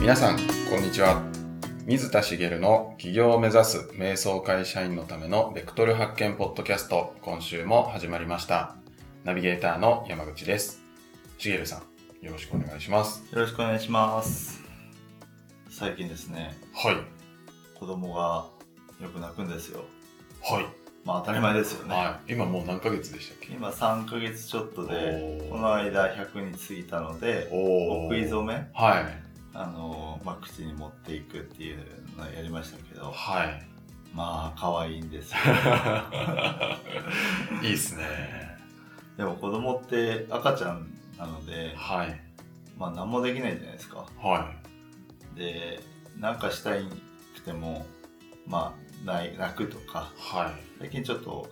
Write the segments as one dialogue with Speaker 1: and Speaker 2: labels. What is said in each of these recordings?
Speaker 1: 皆さん、こんにちは。水田茂の起業を目指す瞑想会社員のためのベクトル発見ポッドキャスト、今週も始まりました。ナビゲーターの山口です。茂さん、よろしくお願いします。
Speaker 2: よろしくお願いします。最近ですね、
Speaker 1: はい。
Speaker 2: 子供がよく泣くんですよ。
Speaker 1: はい。
Speaker 2: まあ当たり前ですよね。
Speaker 1: はい。今もう何ヶ月でしたっけ
Speaker 2: 今3ヶ月ちょっとで、この間100に過ぎたので、
Speaker 1: おー。
Speaker 2: お食い初め、
Speaker 1: はい。
Speaker 2: あのまあ、口に持っていくっていうのをやりましたけど、
Speaker 1: はい。
Speaker 2: まあ可愛い んですよ。
Speaker 1: いいですね。
Speaker 2: でも子供って赤ちゃんなので、
Speaker 1: はい。
Speaker 2: まあ何もできないじゃないですか。
Speaker 1: は
Speaker 2: で、なんかしたいくても、まあない泣くとか
Speaker 1: い。、はい。
Speaker 2: 最近ちょっと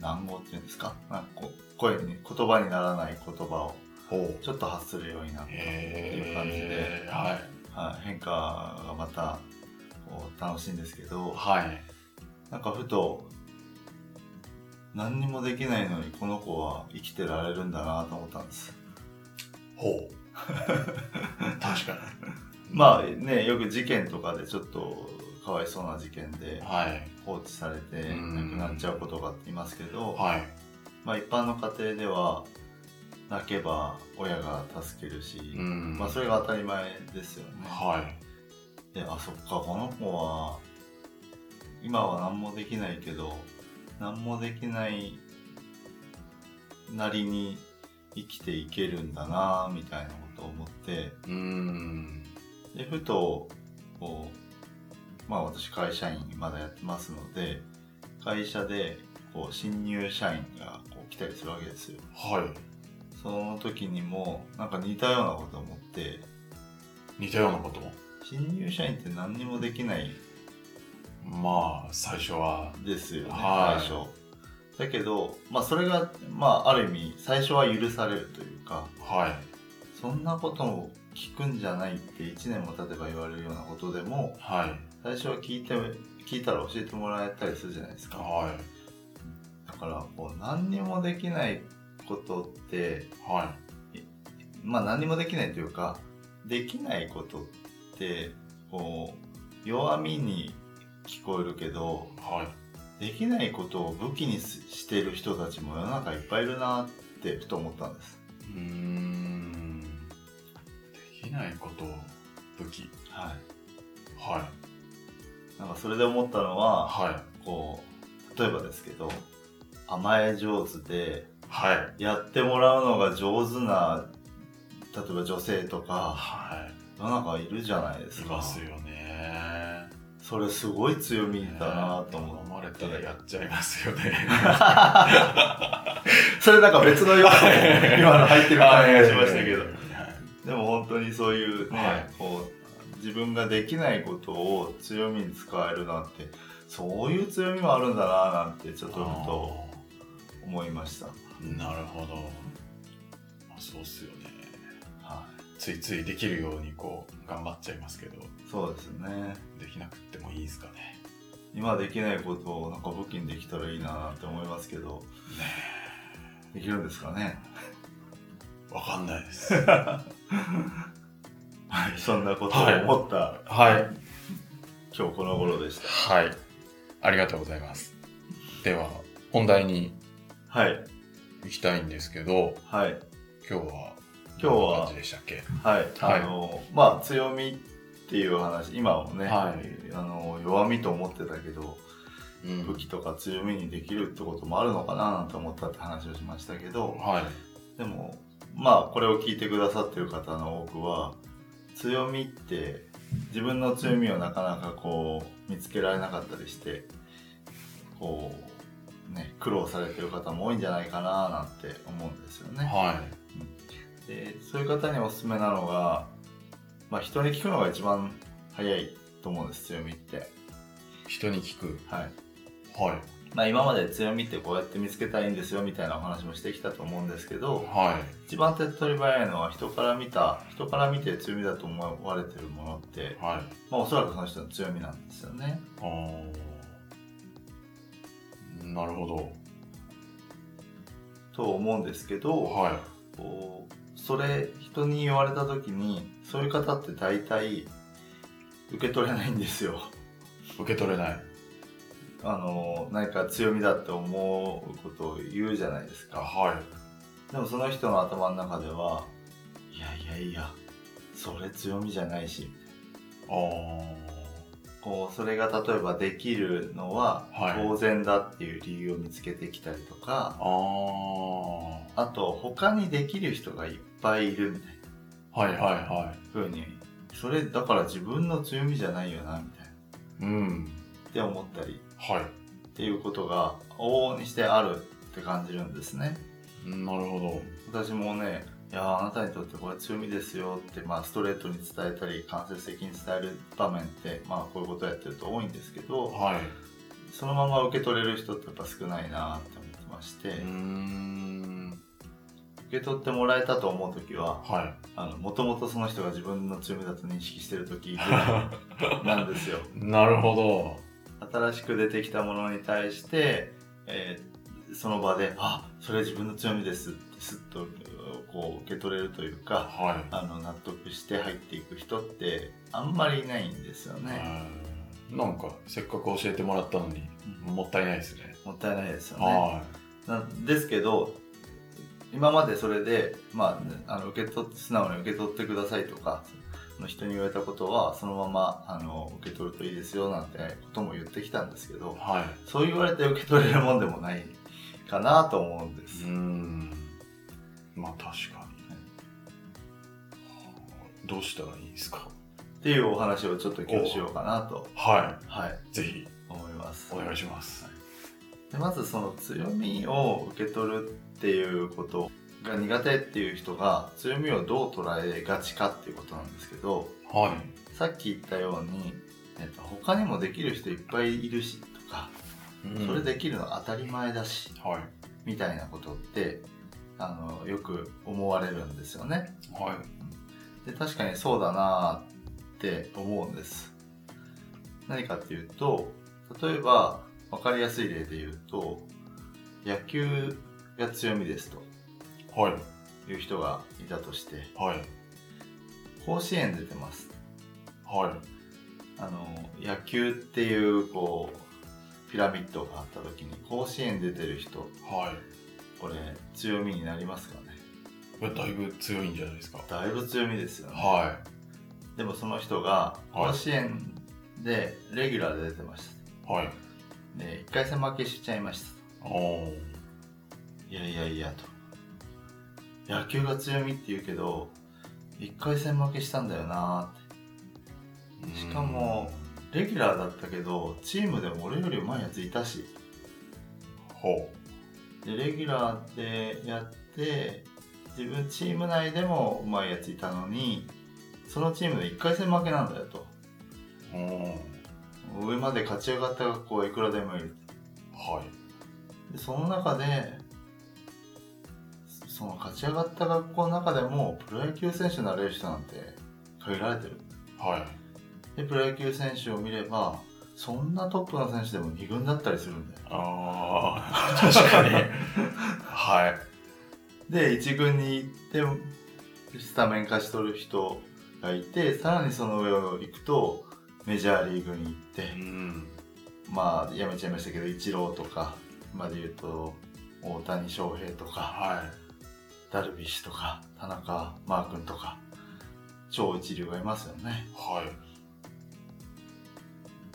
Speaker 2: 難語っていうんですかなんかこう声に言葉にならない言葉を
Speaker 1: おー。
Speaker 2: ちょっと発するようになって、
Speaker 1: え
Speaker 2: いう感じで
Speaker 1: はい。
Speaker 2: はい変化がまたこう楽しいんですけど
Speaker 1: はい。
Speaker 2: なんかふと何にもできないのにこの子は生きてられるんだなと思ったんです
Speaker 1: ほう。確かに。
Speaker 2: まあねよく事件とかでちょっとかわいそうな事件で
Speaker 1: はい。
Speaker 2: 放置されて
Speaker 1: うん
Speaker 2: 亡くなっちゃうことがありますけど、
Speaker 1: はい。
Speaker 2: まあ、一般の家庭では泣けば親が助けるし、
Speaker 1: うん。
Speaker 2: まあ、それが当たり前ですよね。
Speaker 1: はい。
Speaker 2: であそっかこの子は今は何もできないけど何もできないなりに生きていけるんだなみたいなことを思って
Speaker 1: うーん。
Speaker 2: でふとこうまあ私会社員まだやってますので会社でこう新入社員がこう来たりするわけですよ。
Speaker 1: は
Speaker 2: その時にもなんか似たようなこと思って
Speaker 1: い。似たようなことも。
Speaker 2: 新入社員って何にもできない
Speaker 1: まあ、最初は。
Speaker 2: ですよね、
Speaker 1: はい
Speaker 2: 最初だけど、まあ、それが、まあ、ある意味最初は許されるというか
Speaker 1: はい。
Speaker 2: そんなことを聞くんじゃないって1年も経てば言われるようなことでも
Speaker 1: はい。
Speaker 2: 最初は聞いて聞いたら教えてもらえたりするじゃないですか
Speaker 1: は
Speaker 2: だからこう何にもできないことって
Speaker 1: い。は
Speaker 2: まあ何にもできないというかできないことってこう弱みに聞こえるけど
Speaker 1: い。はい。
Speaker 2: できないことを武器にすしてる人たちも世の中いっぱいいるなってふと思ったんです。
Speaker 1: うーん。できないことを武器。
Speaker 2: は
Speaker 1: はい。
Speaker 2: い、なんかそれで思ったのは
Speaker 1: は
Speaker 2: こう例えばですけど甘え上手で
Speaker 1: い。はい。
Speaker 2: やってもらうのが上手な例えば女性とか
Speaker 1: は
Speaker 2: 世の中いるじゃないで
Speaker 1: い。
Speaker 2: す
Speaker 1: い
Speaker 2: か
Speaker 1: ますよね。
Speaker 2: それすごい強みだなと思って
Speaker 1: 頼まれたらやっちゃいますよ ね。
Speaker 2: それなんか別の要素で今の入ってる感じがしましたけど
Speaker 1: は。
Speaker 2: でも本当にそういうね、
Speaker 1: はい
Speaker 2: こう自分ができないことを強みに使えるなんてそういう強みもあるんだななんてちょっ
Speaker 1: い
Speaker 2: とふと思いました、
Speaker 1: なるほど。まあ、そうっすよね。
Speaker 2: は
Speaker 1: ついついできるようにこう頑張っちゃいますけど、
Speaker 2: い、そうですね
Speaker 1: できなくってもいいですかね。
Speaker 2: 今できないことをなんか武器にできたらいいななんて思いますけどできるんですかね
Speaker 1: わかんない です。は
Speaker 2: はいそんなことを思った、
Speaker 1: い。
Speaker 2: 今日この頃でした
Speaker 1: はい。ありがとうございます。では、本題に
Speaker 2: はい
Speaker 1: 行きたいんですけど、
Speaker 2: はい
Speaker 1: 今日は、
Speaker 2: 今日は
Speaker 1: どんな感じでしたっけ
Speaker 2: はい、あのまあ強みっていう話今もね、
Speaker 1: はい
Speaker 2: あの弱みと思ってたけど
Speaker 1: うん
Speaker 2: 武器とか強みにできるってこともあるのかななんて思ったって話をしましたけど
Speaker 1: はい。
Speaker 2: でもまあこれを聞いてくださってる方の多くは強みって自分の強みをなかなかこう見つけられなかったりしてこうね苦労されてる方も多いんじゃないかななんて思うんですよね。
Speaker 1: は
Speaker 2: でそういう方におすすめなのが、まあ、人に聞くのが一番早いと思うんです強みって。
Speaker 1: い。人に聞く。
Speaker 2: はい
Speaker 1: はい。
Speaker 2: まあ、今まで強みってこうやって見つけたらいいんですよみたいなお話もしてきたと思うんですけど
Speaker 1: は
Speaker 2: 一番手っ取り早いのは人から見た人から見て強みだと思われてるものって
Speaker 1: い。、はい。
Speaker 2: まあ、おそらくその人の強みなんですよね
Speaker 1: あーなるほど。
Speaker 2: と思うんですけど
Speaker 1: は
Speaker 2: こうそれ人に言われた時にそういう方って大体受け取れないんですよ
Speaker 1: 受け取れない。
Speaker 2: あの何か強みだって思うことを言うじゃないです
Speaker 1: あ
Speaker 2: か
Speaker 1: はい。
Speaker 2: でもその人の頭の中ではいやいやいやそれ強みじゃないし
Speaker 1: あー
Speaker 2: こうそれが例えばできるのは
Speaker 1: はい
Speaker 2: 当然だっていう理由を見つけてきたりとか、
Speaker 1: あー。
Speaker 2: あと他にできる人がいっぱいいるみたいな
Speaker 1: はいはいは。
Speaker 2: 風にそれだから自分の強みじゃないよなみたいない
Speaker 1: うん。
Speaker 2: って思ったり
Speaker 1: はい。
Speaker 2: っていうことが往々にしてあるって感じるんですね
Speaker 1: うんなるほど。
Speaker 2: 私もねいやあなたにとってこれ強みですよって、まあ、ストレートに伝えたり間接的に伝える場面って、まあ、こういうことやってると多いんですけど
Speaker 1: はい。
Speaker 2: そのまま受け取れる人ってやっぱ少ないなって思ってまして、
Speaker 1: うーん。
Speaker 2: 受け取ってもらえたと思う時は
Speaker 1: は
Speaker 2: あのもともとその人が自分の強みだと認識してる時ぐら いなんですよ
Speaker 1: い。なるほ
Speaker 2: 新しく出てきたものに対して、えーその場で「あそれ自分の強みです」ってすっとこう受け取れるという
Speaker 1: ど。
Speaker 2: か
Speaker 1: は
Speaker 2: あの納得して入っていく人ってあんまりいないんですよ
Speaker 1: い。
Speaker 2: ね、
Speaker 1: うんなんかせっかく教えてもらったのに
Speaker 2: うん
Speaker 1: もったいないですね。
Speaker 2: もったいないですよね
Speaker 1: は
Speaker 2: なんですけど今までそれで、まあ、あの受け取っ素直に受け取ってくださいとかその人に言われたことはそのままあの受け取るといいですよなんてことも言ってきたんですけ
Speaker 1: い。
Speaker 2: ど
Speaker 1: は
Speaker 2: そう言われて受け取れるもんでもないかなと思うんで
Speaker 1: い。う
Speaker 2: す、
Speaker 1: ーん。まあ確かに。どうしたらいいんですか
Speaker 2: っていうお話をちょっと今日しようかなと、
Speaker 1: は
Speaker 2: はい、
Speaker 1: い。ぜひ
Speaker 2: 思います
Speaker 1: お願いします。
Speaker 2: でまずその強みを受け取るっていうことが苦手っていう人が強みをどう捉えがちかっていうことなんですけど
Speaker 1: は
Speaker 2: さっき言ったように、えっと、他にもできる人いっぱいいるしとか、
Speaker 1: い。
Speaker 2: それできるの当たり前だし
Speaker 1: はい。
Speaker 2: みたいなことってあのよく思われるんですよね
Speaker 1: はい。
Speaker 2: で確かにそうだなーって思うんです何かっていうと例えば分かりやすい例で言うと野球が強みです
Speaker 1: はい。
Speaker 2: という人がいたとして
Speaker 1: はい。
Speaker 2: 甲子園出てます
Speaker 1: はい。
Speaker 2: あの野球っていうこうピラミッドがあった時に甲子園出てる人
Speaker 1: はい。
Speaker 2: これ強みになりますかね
Speaker 1: これだいぶ強いんじゃないですか。
Speaker 2: だいぶ強みですよね、
Speaker 1: は
Speaker 2: でもその人が
Speaker 1: はい
Speaker 2: 甲子園でレギュラーで出てました
Speaker 1: い。はい。
Speaker 2: で1回戦負けしちゃいまし
Speaker 1: あ
Speaker 2: た
Speaker 1: ー
Speaker 2: いやいやいやと野球が強みって言うけど1回戦負けしたんだよなーっ
Speaker 1: うん
Speaker 2: しかもてレギュラーだったけどチームでも俺より上手いやついたし
Speaker 1: ほ
Speaker 2: でレギュラーでやって自分チーム内でもうまいやついたのにそのチームで1回戦負けなんだよと
Speaker 1: う。うん。
Speaker 2: 上まで勝ち上がった学校はいくらでもいる
Speaker 1: はい。
Speaker 2: でその中でその勝ち上がった学校の中でもプロ野球選手になれる人なんて限られてる
Speaker 1: はい。
Speaker 2: でプロ野球選手を見ればそんなトップの選手でも2軍だったりするんだよ
Speaker 1: あ ー確かに。はい。
Speaker 2: で1軍に行ってスタメン勝ち取る人がいてさらにその上を行くとメジャーリーグに行って
Speaker 1: うん。
Speaker 2: まあやめちゃいましたけどイチローとか今で言うと大谷翔平とか
Speaker 1: は
Speaker 2: ダルビッシュとか田中マー君とか超一流がいますよね
Speaker 1: い。はい。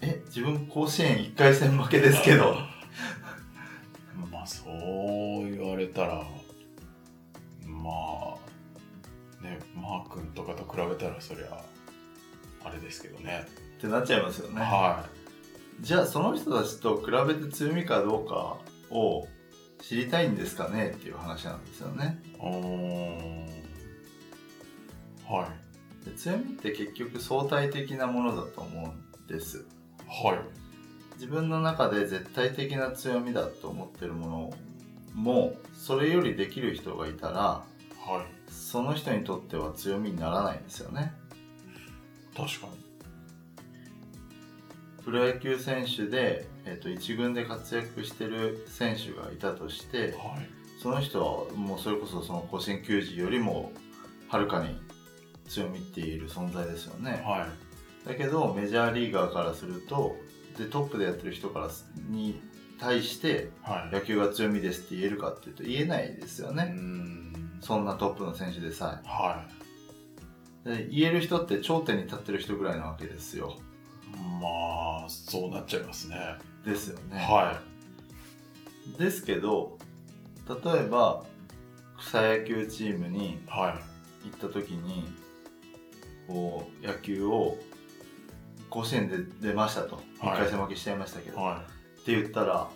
Speaker 2: え自分甲子園1回戦負けですけど
Speaker 1: まあ、そう言われたら、まあ、ね、マー君とかと比べたら、そりゃ、あれですけどね。
Speaker 2: ってなっちゃいますよね
Speaker 1: は
Speaker 2: じゃあその人たちと比べて強みかどうかを知りたいんですかねっていう話なんですよね。
Speaker 1: い。おーはい。
Speaker 2: で強みって結局相対的なものだと思うんです。
Speaker 1: はい。
Speaker 2: 自分の中で絶対的な強みだと思ってるものもそれよりできる人がいたら
Speaker 1: はい。
Speaker 2: その人にとっては強みにならないんですよね。
Speaker 1: 確かに。
Speaker 2: プロ野球選手で、えっと一軍で活躍してる選手がいたとして
Speaker 1: はい。
Speaker 2: その人はもうそれこそその甲子園球児よりもはるかに強みっている存在ですよね。
Speaker 1: は
Speaker 2: だけどメジャーリーガーからするとでトップでやってる人からすに対して
Speaker 1: い。は
Speaker 2: 野球が強みですって言えるかっていうと言えないですよ
Speaker 1: い。うー
Speaker 2: ね、
Speaker 1: ん。
Speaker 2: そんなトップの選手でさ
Speaker 1: は
Speaker 2: えで言える人って頂点に立ってる人ぐらいなわけですよ
Speaker 1: い。まあ、そうなっちゃいますね。
Speaker 2: ですよね、
Speaker 1: は
Speaker 2: ですけど例えば草野球チームに
Speaker 1: い。は
Speaker 2: 行った時にこう野球を甲子園で出ましたと
Speaker 1: はい
Speaker 2: 1回戦負けしちゃいましたけ
Speaker 1: い。
Speaker 2: ど、
Speaker 1: は
Speaker 2: って言ったら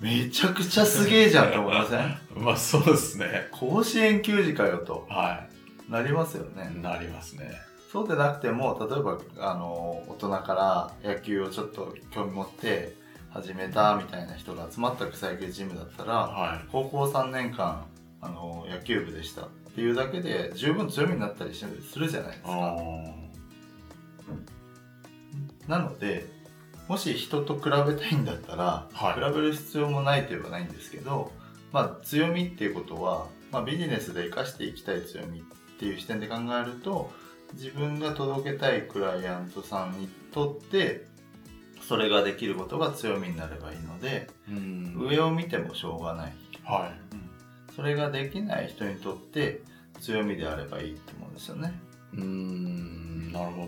Speaker 2: めちゃくちゃすげえじゃんって思いませ
Speaker 1: い。
Speaker 2: ん
Speaker 1: まあ、そうですね。
Speaker 2: 甲子園球児かよと
Speaker 1: は
Speaker 2: なります
Speaker 1: い。
Speaker 2: よね
Speaker 1: なりますね。
Speaker 2: そうでなくても例えばあの大人から野球をちょっと興味持って始めたみたいな人が集まった草野球チームだったら
Speaker 1: は
Speaker 2: 高校3年間あの野球部でしたっていうだけで十分強みになったりするじゃないです
Speaker 1: い。
Speaker 2: かなのでもし人と比べたいんだったら、
Speaker 1: はい
Speaker 2: 比べる必要もないといえばないんですけど、まあ、強みっていうことは、まあ、ビジネスで生かしていきたい強みっていう視点で考えると自分が届けたいクライアントさんにとってそれができることが強みになればいいので、
Speaker 1: うん。
Speaker 2: 上を見てもしょうがない
Speaker 1: は
Speaker 2: それができない人にとって強みであればいいと思うんですよね。
Speaker 1: い。うーん。なるほ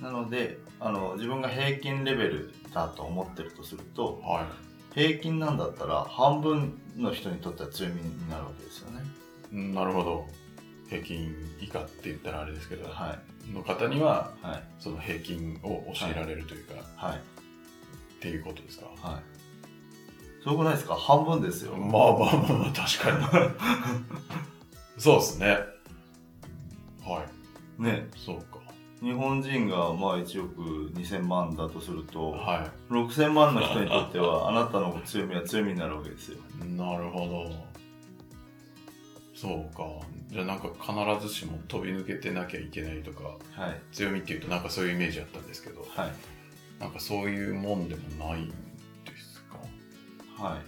Speaker 1: ど。
Speaker 2: なのであの自分が平均レベルだと思ってるとすると
Speaker 1: はい。
Speaker 2: 平均なんだったら半分の人にとっては強みになるわけですよね。
Speaker 1: うんなるほど平均以下って言ったらあれですけど、
Speaker 2: はい
Speaker 1: の方には
Speaker 2: はい
Speaker 1: その平均を教えられるというか、っ
Speaker 2: はい
Speaker 1: ていうことですか
Speaker 2: はい。すごくないですか半分ですよ。
Speaker 1: まあまあまあまあ確かに そうですねは
Speaker 2: ね
Speaker 1: いそうか
Speaker 2: 日本人がまあ1億2000万だとすると
Speaker 1: は
Speaker 2: 6000万の人にとっては あなたの強みは強みになるわけですよ。
Speaker 1: いなるほどそうかじゃあなんか必ずしも飛び抜けてなきゃいけないとか
Speaker 2: はい
Speaker 1: 強みっていうとなんかそういうイメージあったんですけど
Speaker 2: はい
Speaker 1: なんかそういうもんでもないんですか
Speaker 2: はい、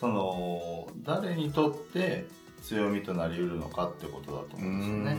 Speaker 2: その誰にとって強みとなりうるのかってことだと思うんですよね。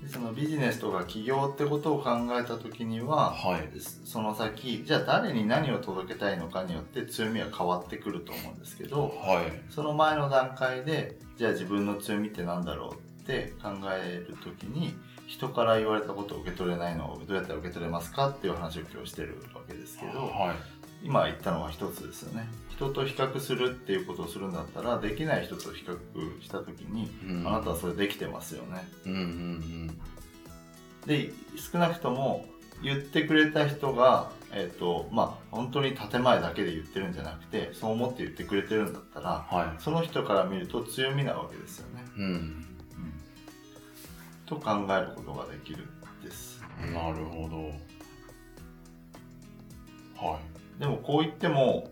Speaker 1: ん
Speaker 2: でそのビジネスとか起業ってことを考えた時には
Speaker 1: はい
Speaker 2: その先じゃあ誰に何を届けたいのかによって強みは変わってくると思うんですけど
Speaker 1: はい
Speaker 2: その前の段階でじゃあ自分の強みって何だろうって考える時に人から言われたことを受け取れないのをどうやったら受け取れますかっていう話を今日してるわけですけど。
Speaker 1: はい
Speaker 2: 今言ったのは一つですよね人と比較するっていうことをするんだったらできない人と比較した時に
Speaker 1: うん
Speaker 2: あなたはそれできてますよね
Speaker 1: うんうんうん
Speaker 2: で少なくとも言ってくれた人がえっ、とまあ本当に建前だけで言ってるんじゃなくてそう思って言ってくれてるんだったら
Speaker 1: は
Speaker 2: その人から見ると強みなわけですよね、
Speaker 1: いうん
Speaker 2: うん、と考えることができるんです
Speaker 1: なるほどは
Speaker 2: でもこう言っても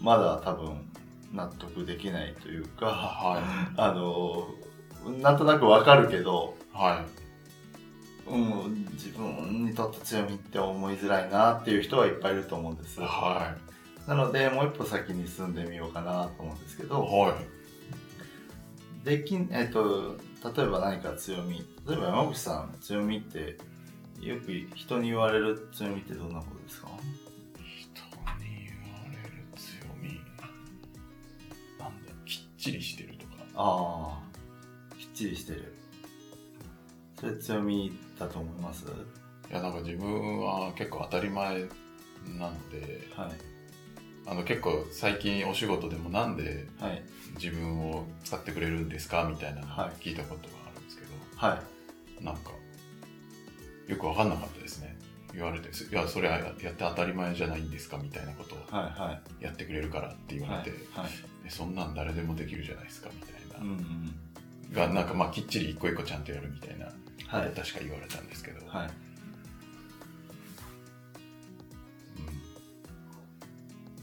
Speaker 2: まだ多分納得できないというか、
Speaker 1: いは
Speaker 2: あのなんとなくわかるけど、
Speaker 1: いは
Speaker 2: うん、自分にとって強みって思いづらいなっていう人はいっぱいいると思うんです
Speaker 1: いは
Speaker 2: なのでもう一歩先に進んでみようかなと思うんですけ
Speaker 1: い
Speaker 2: ど
Speaker 1: は
Speaker 2: できん、えっと例えば何か強み例えば山口さん強みってよく人に言われる強みってどんなことですか
Speaker 1: い人に言われる強みなんだきっちりしてるとか
Speaker 2: ああきっちりしてるそれ強みだと思います
Speaker 1: いやなんか自分は結構当たり前なので
Speaker 2: はい
Speaker 1: あの結構最近お仕事でもなんで
Speaker 2: はい
Speaker 1: 自分を使ってくれるんですかみたいなの
Speaker 2: はい
Speaker 1: 聞いたことがあるんですけど、
Speaker 2: はい
Speaker 1: なんか、よく分かんなかったですね。言われて、いや、それはやって当たり前じゃないんですかみたいなことを
Speaker 2: はいは
Speaker 1: やってくれるからって
Speaker 2: い
Speaker 1: 言わ
Speaker 2: は
Speaker 1: れて、
Speaker 2: いはい
Speaker 1: えそんなん誰でもできるじゃないですかみたいな。
Speaker 2: うんうん
Speaker 1: が、なんかまあ、きっちり一個一個ちゃんとやるみたいな、
Speaker 2: はい
Speaker 1: 確か言われたんですけど、
Speaker 2: はい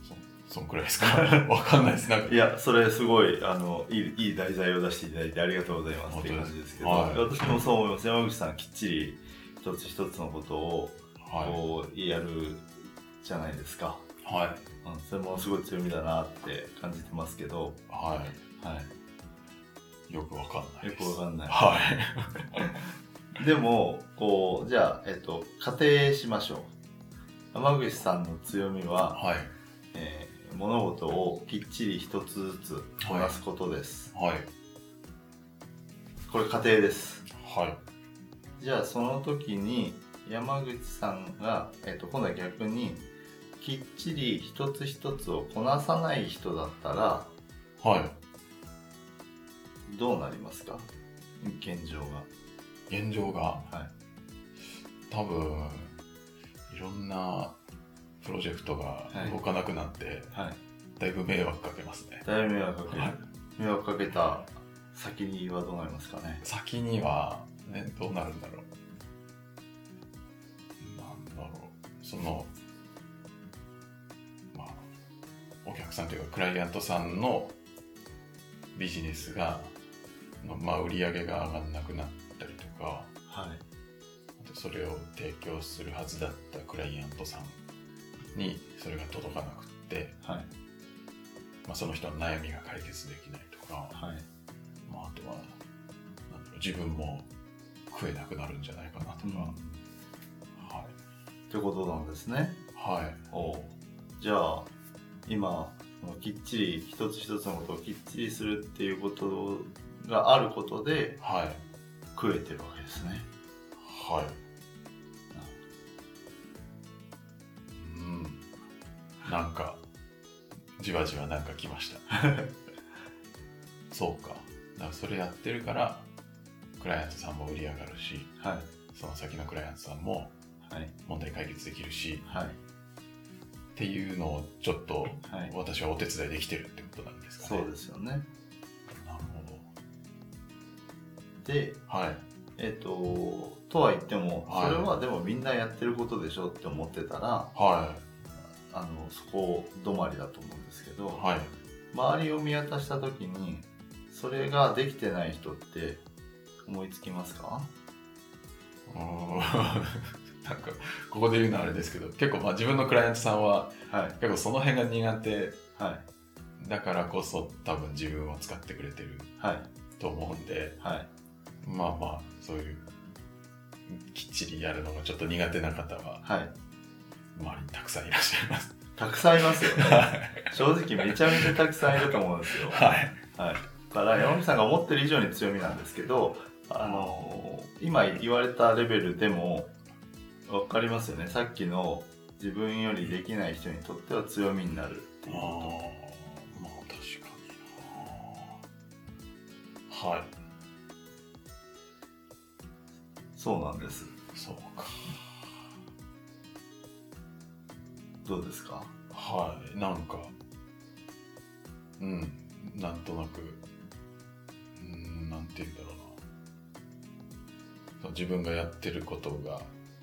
Speaker 1: うんそ、そんくらいです かわかんないです。なんか
Speaker 2: いや、それすごい、あの、いい、いい題材を出していただいてありがとうございますっていう
Speaker 1: 本
Speaker 2: 感
Speaker 1: 当
Speaker 2: じ
Speaker 1: で
Speaker 2: です
Speaker 1: す
Speaker 2: けど、
Speaker 1: はい
Speaker 2: 私もそう思います。山口さん、きっちり一つ一つのことを、
Speaker 1: は
Speaker 2: こう、やるじゃないですか。
Speaker 1: い。はい。
Speaker 2: うん、それもすごい強みだなって感じてますけど、
Speaker 1: は
Speaker 2: はい。
Speaker 1: い。よくわかんない
Speaker 2: よ
Speaker 1: で
Speaker 2: く
Speaker 1: す。
Speaker 2: わかんない。
Speaker 1: はい。
Speaker 2: でも、こう、じゃあ、えっと、仮定しましょう。山口さんの強みは、
Speaker 1: はい。
Speaker 2: えー物事をきっちり一つずつこなすことです。
Speaker 1: はい。
Speaker 2: これ仮定です。
Speaker 1: はい。
Speaker 2: じゃあ、その時に、山口さんが、えっと、今度は逆に、きっちり一つ一つをこなさない人だったら、
Speaker 1: は
Speaker 2: どうなりますか現状
Speaker 1: い。現状が、
Speaker 2: が。はい。
Speaker 1: 多分、いろんなプロジェクトが動かなくなって、
Speaker 2: はい。
Speaker 1: だいぶ迷惑かけますね。
Speaker 2: だいぶ迷惑かけ、
Speaker 1: はい
Speaker 2: 迷惑かけた先にはどうなりますかね。
Speaker 1: 先には、ね、どうなるんだろう。なんだろう。その、まあ、お客さんというか、クライアントさんのビジネスが、のまあ、売り上げが上がらなくなったりとか、
Speaker 2: はい。
Speaker 1: あとそれを提供するはずだったクライアントさんにそれが届かなくって、
Speaker 2: はい。
Speaker 1: まあ、その人の悩みが解決できないとか、
Speaker 2: はい。
Speaker 1: まあ、あとはなんだろう自分も食えなくなるんじゃないかなとか、は
Speaker 2: ってことなんですね。
Speaker 1: い、はい、
Speaker 2: おじゃあ今そのきっちり一つ一つのことをきっちりするっていうことがあることで
Speaker 1: はい、
Speaker 2: 食えてるわけですね。
Speaker 1: はい。うん、なんかじわじわなんか来ましたそうかだからそれやってるからクライアントさんも売り上がるし
Speaker 2: は
Speaker 1: その先のクライアントさんも
Speaker 2: いはい
Speaker 1: 問題解決できるし
Speaker 2: はい
Speaker 1: っていうのをちょっと
Speaker 2: はい。
Speaker 1: 私はお手伝いできてるってことなんですかね
Speaker 2: そうですよね。
Speaker 1: なる
Speaker 2: で
Speaker 1: ほどはい
Speaker 2: えっ、ととは言っても
Speaker 1: はい
Speaker 2: それはでもみんなやってることでしょって思ってたら
Speaker 1: は
Speaker 2: あのそこ止まりだと思うんですけど、
Speaker 1: いはい
Speaker 2: 周りを見渡した時にそれができてない人って思いつきますか
Speaker 1: うーんなんかここで言うのはあれですけど結構まあ自分のクライアントさんは
Speaker 2: はい
Speaker 1: 結構その辺が苦手
Speaker 2: はい
Speaker 1: だからこそ多分自分を使ってくれてる
Speaker 2: はい
Speaker 1: と思うんで
Speaker 2: はい
Speaker 1: まあまあそういうきっちりやるのがちょっと苦手な方は
Speaker 2: はい
Speaker 1: 周りにたくさんいらっしゃいます。
Speaker 2: たくさんいます よね
Speaker 1: は
Speaker 2: 正直めちゃめちゃたくさんいると思うんですよ
Speaker 1: い
Speaker 2: はいだから山口さんが思ってる以上に強みなんですけどあの今言われたレベルでも分かりますよねさっきの自分よりできない人にとっては強みになるって
Speaker 1: あー
Speaker 2: いうこ
Speaker 1: まあ確かになはい
Speaker 2: とそうなんです
Speaker 1: そうか
Speaker 2: どうですか
Speaker 1: はいなんかうんなんとなくうんなんて言うんだろうな自分がやってることが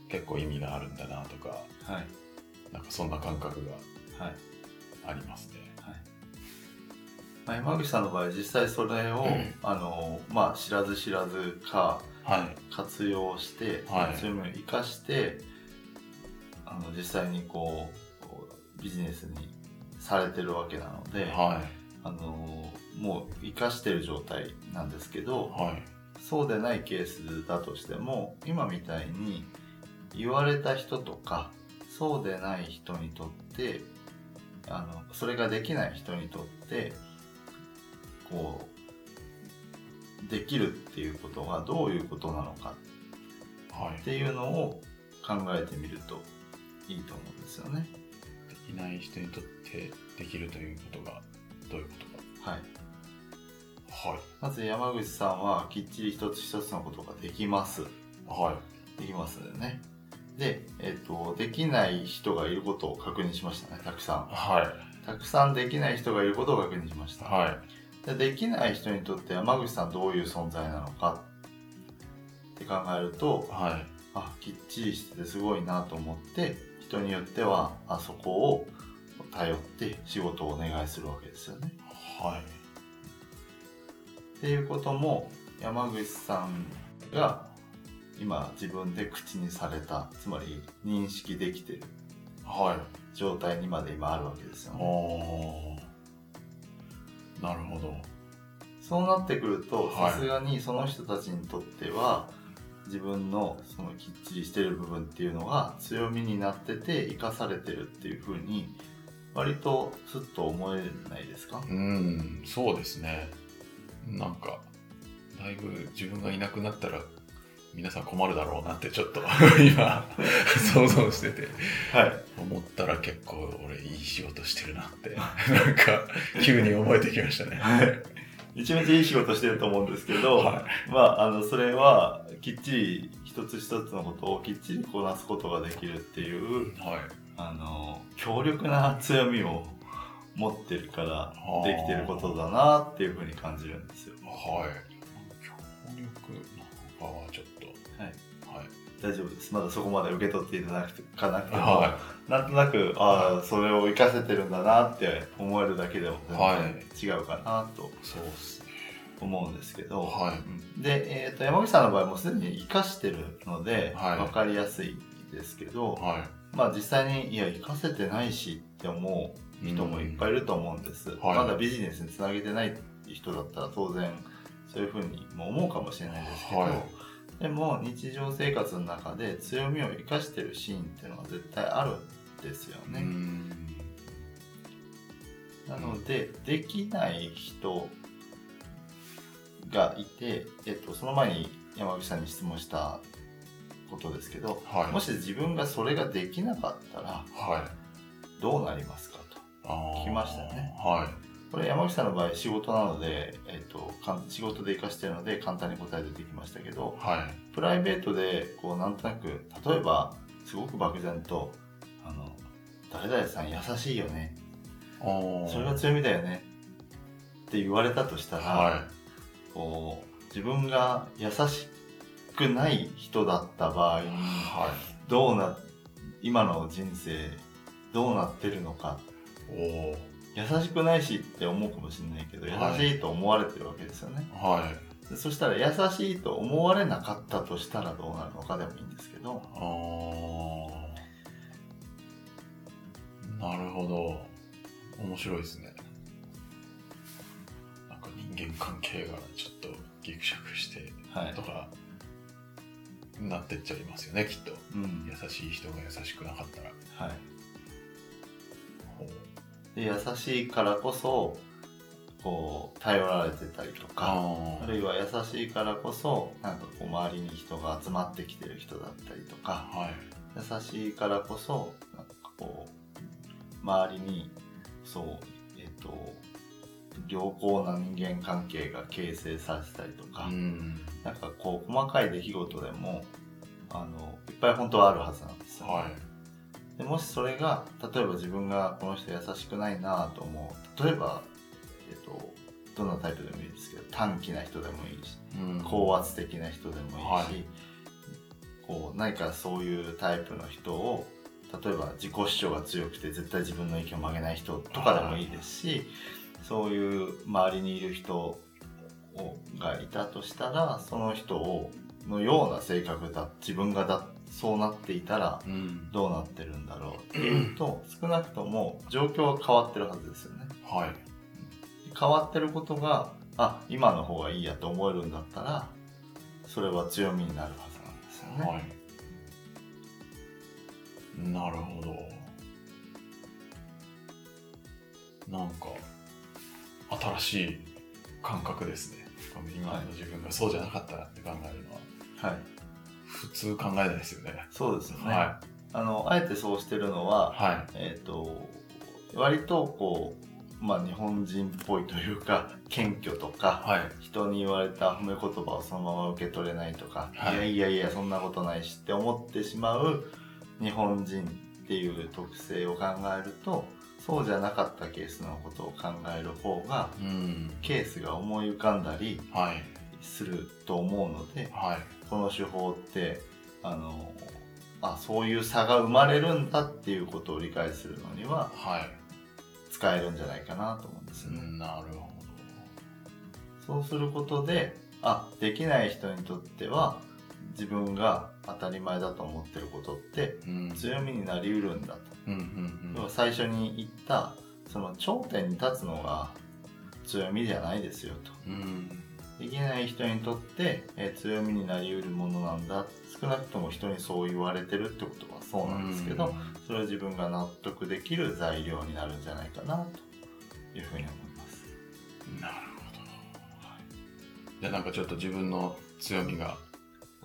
Speaker 1: 結構意味があるんだなとか
Speaker 2: はい
Speaker 1: なんかそんな感覚
Speaker 2: はい
Speaker 1: がありますね
Speaker 2: まあ山口さんの場合実際それを、
Speaker 1: うん
Speaker 2: あのまあ、知らず知らずか
Speaker 1: はい
Speaker 2: 活用して、
Speaker 1: はい
Speaker 2: そういうのを生かしてあの実際にこうこうビジネスにされてるわけなので、
Speaker 1: は
Speaker 2: あのもう生かしてる状態なんですけ
Speaker 1: い
Speaker 2: ど
Speaker 1: はい
Speaker 2: そうでないケースだとしても今みたいに言われた人とかそうでない人にとってあのそれができない人にとってこうできるっていうことがどういうことなのか
Speaker 1: はい
Speaker 2: っていうのを考えてみるといいと思うんですよね。
Speaker 1: できない人にとってできるということがどういうこと
Speaker 2: はい、
Speaker 1: かはい
Speaker 2: まず山口さんはきっちり一つ一つのことができます。
Speaker 1: はい
Speaker 2: できますよね。で、えっ、と、できない人がいることを確認しましたね、たくさん。
Speaker 1: はい
Speaker 2: たくさんできない人がいることを確認しました。
Speaker 1: はい
Speaker 2: でできない人にとって山口さんどういう存在なのかって考えると、
Speaker 1: はい
Speaker 2: あ、きっちりしててすごいなと思って、人によっては、あそこを頼って仕事をお願いするわけですよね。
Speaker 1: はい
Speaker 2: っていうことも山口さんが今自分で口にされたつまり認識できてる
Speaker 1: はい
Speaker 2: 状態にまで今あるわけですよね
Speaker 1: おーなるほど
Speaker 2: そうなってくると
Speaker 1: はい
Speaker 2: さすがにその人たちにとっては自分のそのきっちりしてる部分っていうのが強みになってて生かされてるっていう風に割とすっと思えないですか
Speaker 1: うんそうですねなんかだいぶ自分がいなくなったら皆さん困るだろうなってちょっと 今想像してて
Speaker 2: はい
Speaker 1: 思ったら結構俺いい仕事してるなってなんか急に思えてきましたね
Speaker 2: はい一日いい仕事してると思うんですけど、
Speaker 1: は
Speaker 2: まあ、あのそれはきっちり一つ一つのことをきっちりこなすことができるっていう
Speaker 1: いはい
Speaker 2: あの強力な強みを持ってるから
Speaker 1: あー
Speaker 2: できてることだなっていうふうに感じるんですよ。
Speaker 1: はい協力なのかはちょっと
Speaker 2: はい、
Speaker 1: はい
Speaker 2: 大丈夫ですまだそこまで受け取っていただかなくても、
Speaker 1: は
Speaker 2: なんとなくああそれを活かせてるんだなって思えるだけでも全
Speaker 1: はい
Speaker 2: 然違うかなと
Speaker 1: いそうっすね
Speaker 2: 思うんですけど、
Speaker 1: はい
Speaker 2: うんで、えー、と山口さんの場合もすでに活かしてるので、
Speaker 1: はい
Speaker 2: 分かりやすいですけど、
Speaker 1: は
Speaker 2: まあ実際にいや活かせてないしって思う
Speaker 1: い
Speaker 2: 人もいっぱいいると思うんです、
Speaker 1: はい
Speaker 2: まだビジネスにつなげてない人だったら当然そういうふうにも思うかもしれないですけど、
Speaker 1: は
Speaker 2: でも日常生活の中で強みを生かしてるシーンっていうのは絶対あるんですよ
Speaker 1: う
Speaker 2: ね、
Speaker 1: ん
Speaker 2: なのでできない人がいて、えっと、その前に山口さんに質問したことですけど
Speaker 1: はい
Speaker 2: もし自分がそれができなかったら
Speaker 1: はい
Speaker 2: どうなりますかと
Speaker 1: あー
Speaker 2: 来ましたね
Speaker 1: はい
Speaker 2: これ山口さんの場合仕事なので、えっとかん仕事で活かしてるので簡単に答え出てきましたけど
Speaker 1: はい
Speaker 2: プライベートでこうなんとなく例えばすごく漠然と「あの誰々さん優しいよね
Speaker 1: あー
Speaker 2: それが強みだよね」って言われたとしたら、
Speaker 1: は
Speaker 2: こう自分が優しくない人だった場合
Speaker 1: い
Speaker 2: に
Speaker 1: は
Speaker 2: どうな今の人生どうなってるのか
Speaker 1: いおー
Speaker 2: 優しくないしって思うかもしれないけど優
Speaker 1: はい
Speaker 2: しいと思われてるわけですよね、
Speaker 1: はい
Speaker 2: でそしたら優しいと思われなかったとしたらどうなるのかでもいいんですけど
Speaker 1: あーなるほど面白いですねなんか人間関係がちょっとギクシャクして
Speaker 2: はい
Speaker 1: と、かなってっちゃいますよねきっと
Speaker 2: うん
Speaker 1: 優しい人が優しくなかったら
Speaker 2: はい、
Speaker 1: ほう
Speaker 2: で優しいからこそこう頼られてたりとかあ
Speaker 1: ー
Speaker 2: るいは優しいからこそなんかこう周りに人が集まってきてる人だったりとか
Speaker 1: はい
Speaker 2: 優しいからこそなんかこう周りにそうえっ、と良好な人間関係が形成させたりとか、
Speaker 1: うん
Speaker 2: なんかこう細かい出来事でもあのいっぱい本当はあるはずなんですよ、
Speaker 1: は
Speaker 2: でもしそれが例えば自分がこの人優しくないなと思う例えば、えっと、どんなタイプでもいいですけど短気な人でもいいし
Speaker 1: い、うん、
Speaker 2: 高圧的な人でもいいし、
Speaker 1: はい
Speaker 2: こう何かそういうタイプの人を例えば自己主張が強くて絶対自分の意見を曲げない人とかでもいいですしそういう周りにいる人をがいたとしたらその人をのような性格だ自分がだそうなっていたら
Speaker 1: うん
Speaker 2: どうなってるんだろうっていうと少なくとも状況は変わってるはずですよね。
Speaker 1: はい
Speaker 2: 変わってることがあ今の方がいいやと思えるんだったらそれは強みになるはずなんですよね。
Speaker 1: はい。なるほど。なんか、新しい感覚ですね。今の自分がそうじゃなかったらって考えるのは、
Speaker 2: はい、
Speaker 1: 普通考えないですよね。
Speaker 2: そうですよね、
Speaker 1: は
Speaker 2: あのあえてそうしてるの
Speaker 1: い。
Speaker 2: は、
Speaker 1: は
Speaker 2: えー、と割とこう、まあ、日本人っぽいというか謙虚とか
Speaker 1: い。はい。
Speaker 2: 人に言われた褒め言葉をそのまま受け取れないとか、
Speaker 1: はい
Speaker 2: いやいやいやそんなことないしって思ってしまう日本人っていう特性を考えるとそうじゃなかったケースのことを考える方が
Speaker 1: うん。
Speaker 2: ケースが思い浮かんだり
Speaker 1: はい。
Speaker 2: すると思うので
Speaker 1: はい。
Speaker 2: この手法ってあのあそういう差が生まれるんだっていうことを理解するのには
Speaker 1: はい。
Speaker 2: 使えるんじゃないかなと思うんですよね。
Speaker 1: なるほ
Speaker 2: そうすることであできない人にとっては自分が当たり前だと思ってることって
Speaker 1: ど。うん。
Speaker 2: 強みになりうるんだと、
Speaker 1: うんうんうん
Speaker 2: 要は最初に言ったその頂点に立つのが強みじゃないですよと
Speaker 1: うん
Speaker 2: できない人にとって、えー強みになりうるものなんだ少なくとも人にそう言われてるってことはそうなんですけど、それは自分が納得できる材料になるんじゃないかなというふうに思います。
Speaker 1: なるほどじゃあなんかちょっと自分の強みが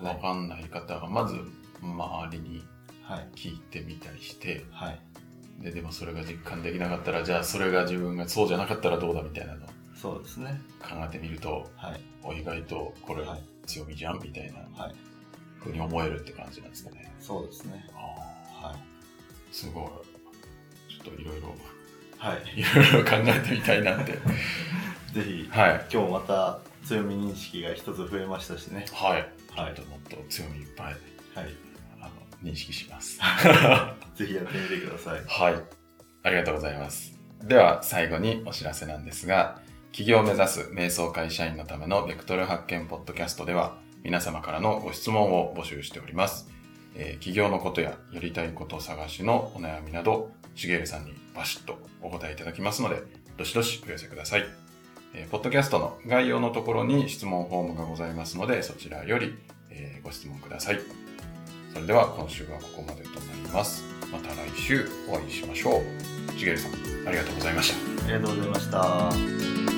Speaker 1: わかんない方はまず周りに
Speaker 2: はい、
Speaker 1: 聞いてみたりして
Speaker 2: はい、
Speaker 1: ででもそれが実感できなかったらじゃあそれが自分がそうじゃなかったらどうだみたいなのを考
Speaker 2: そうですね。
Speaker 1: えてみると
Speaker 2: はい、
Speaker 1: お意外とこれ
Speaker 2: は
Speaker 1: が
Speaker 2: い、
Speaker 1: 強みじゃんみたいな
Speaker 2: はい、
Speaker 1: ふうに思えるって感じなんですかね。
Speaker 2: そうですね。
Speaker 1: あ
Speaker 2: は
Speaker 1: ーすごいちょっといろいろ
Speaker 2: い、はい、
Speaker 1: いろいろ考えてみたいな って。
Speaker 2: ぜひ
Speaker 1: はい。
Speaker 2: 今日また強み認識が一つ増えましたしね。
Speaker 1: はい。
Speaker 2: はい
Speaker 1: ちょっともっと強みいっぱい
Speaker 2: はい、
Speaker 1: あの認識します。
Speaker 2: ぜひやってみてください。
Speaker 1: はい。ありがとうございます。では最後にお知らせなんですが、企業を目指す瞑想会社員のためのベクトル発見ポッドキャストでは、皆様からのご質問を募集しております。えー企業のことややりたいことを探しのお悩みなど、しげるさんにバシッとお答えいただきますので、どしどしお寄せください。えーポッドキャストの概要のところに質問フォームがございますので、そちらより、えーご質問ください。それでは今週はここまでとなります。また来週お会いしましょう。しげるさん、ありがとうございました。
Speaker 2: ありがとうございました。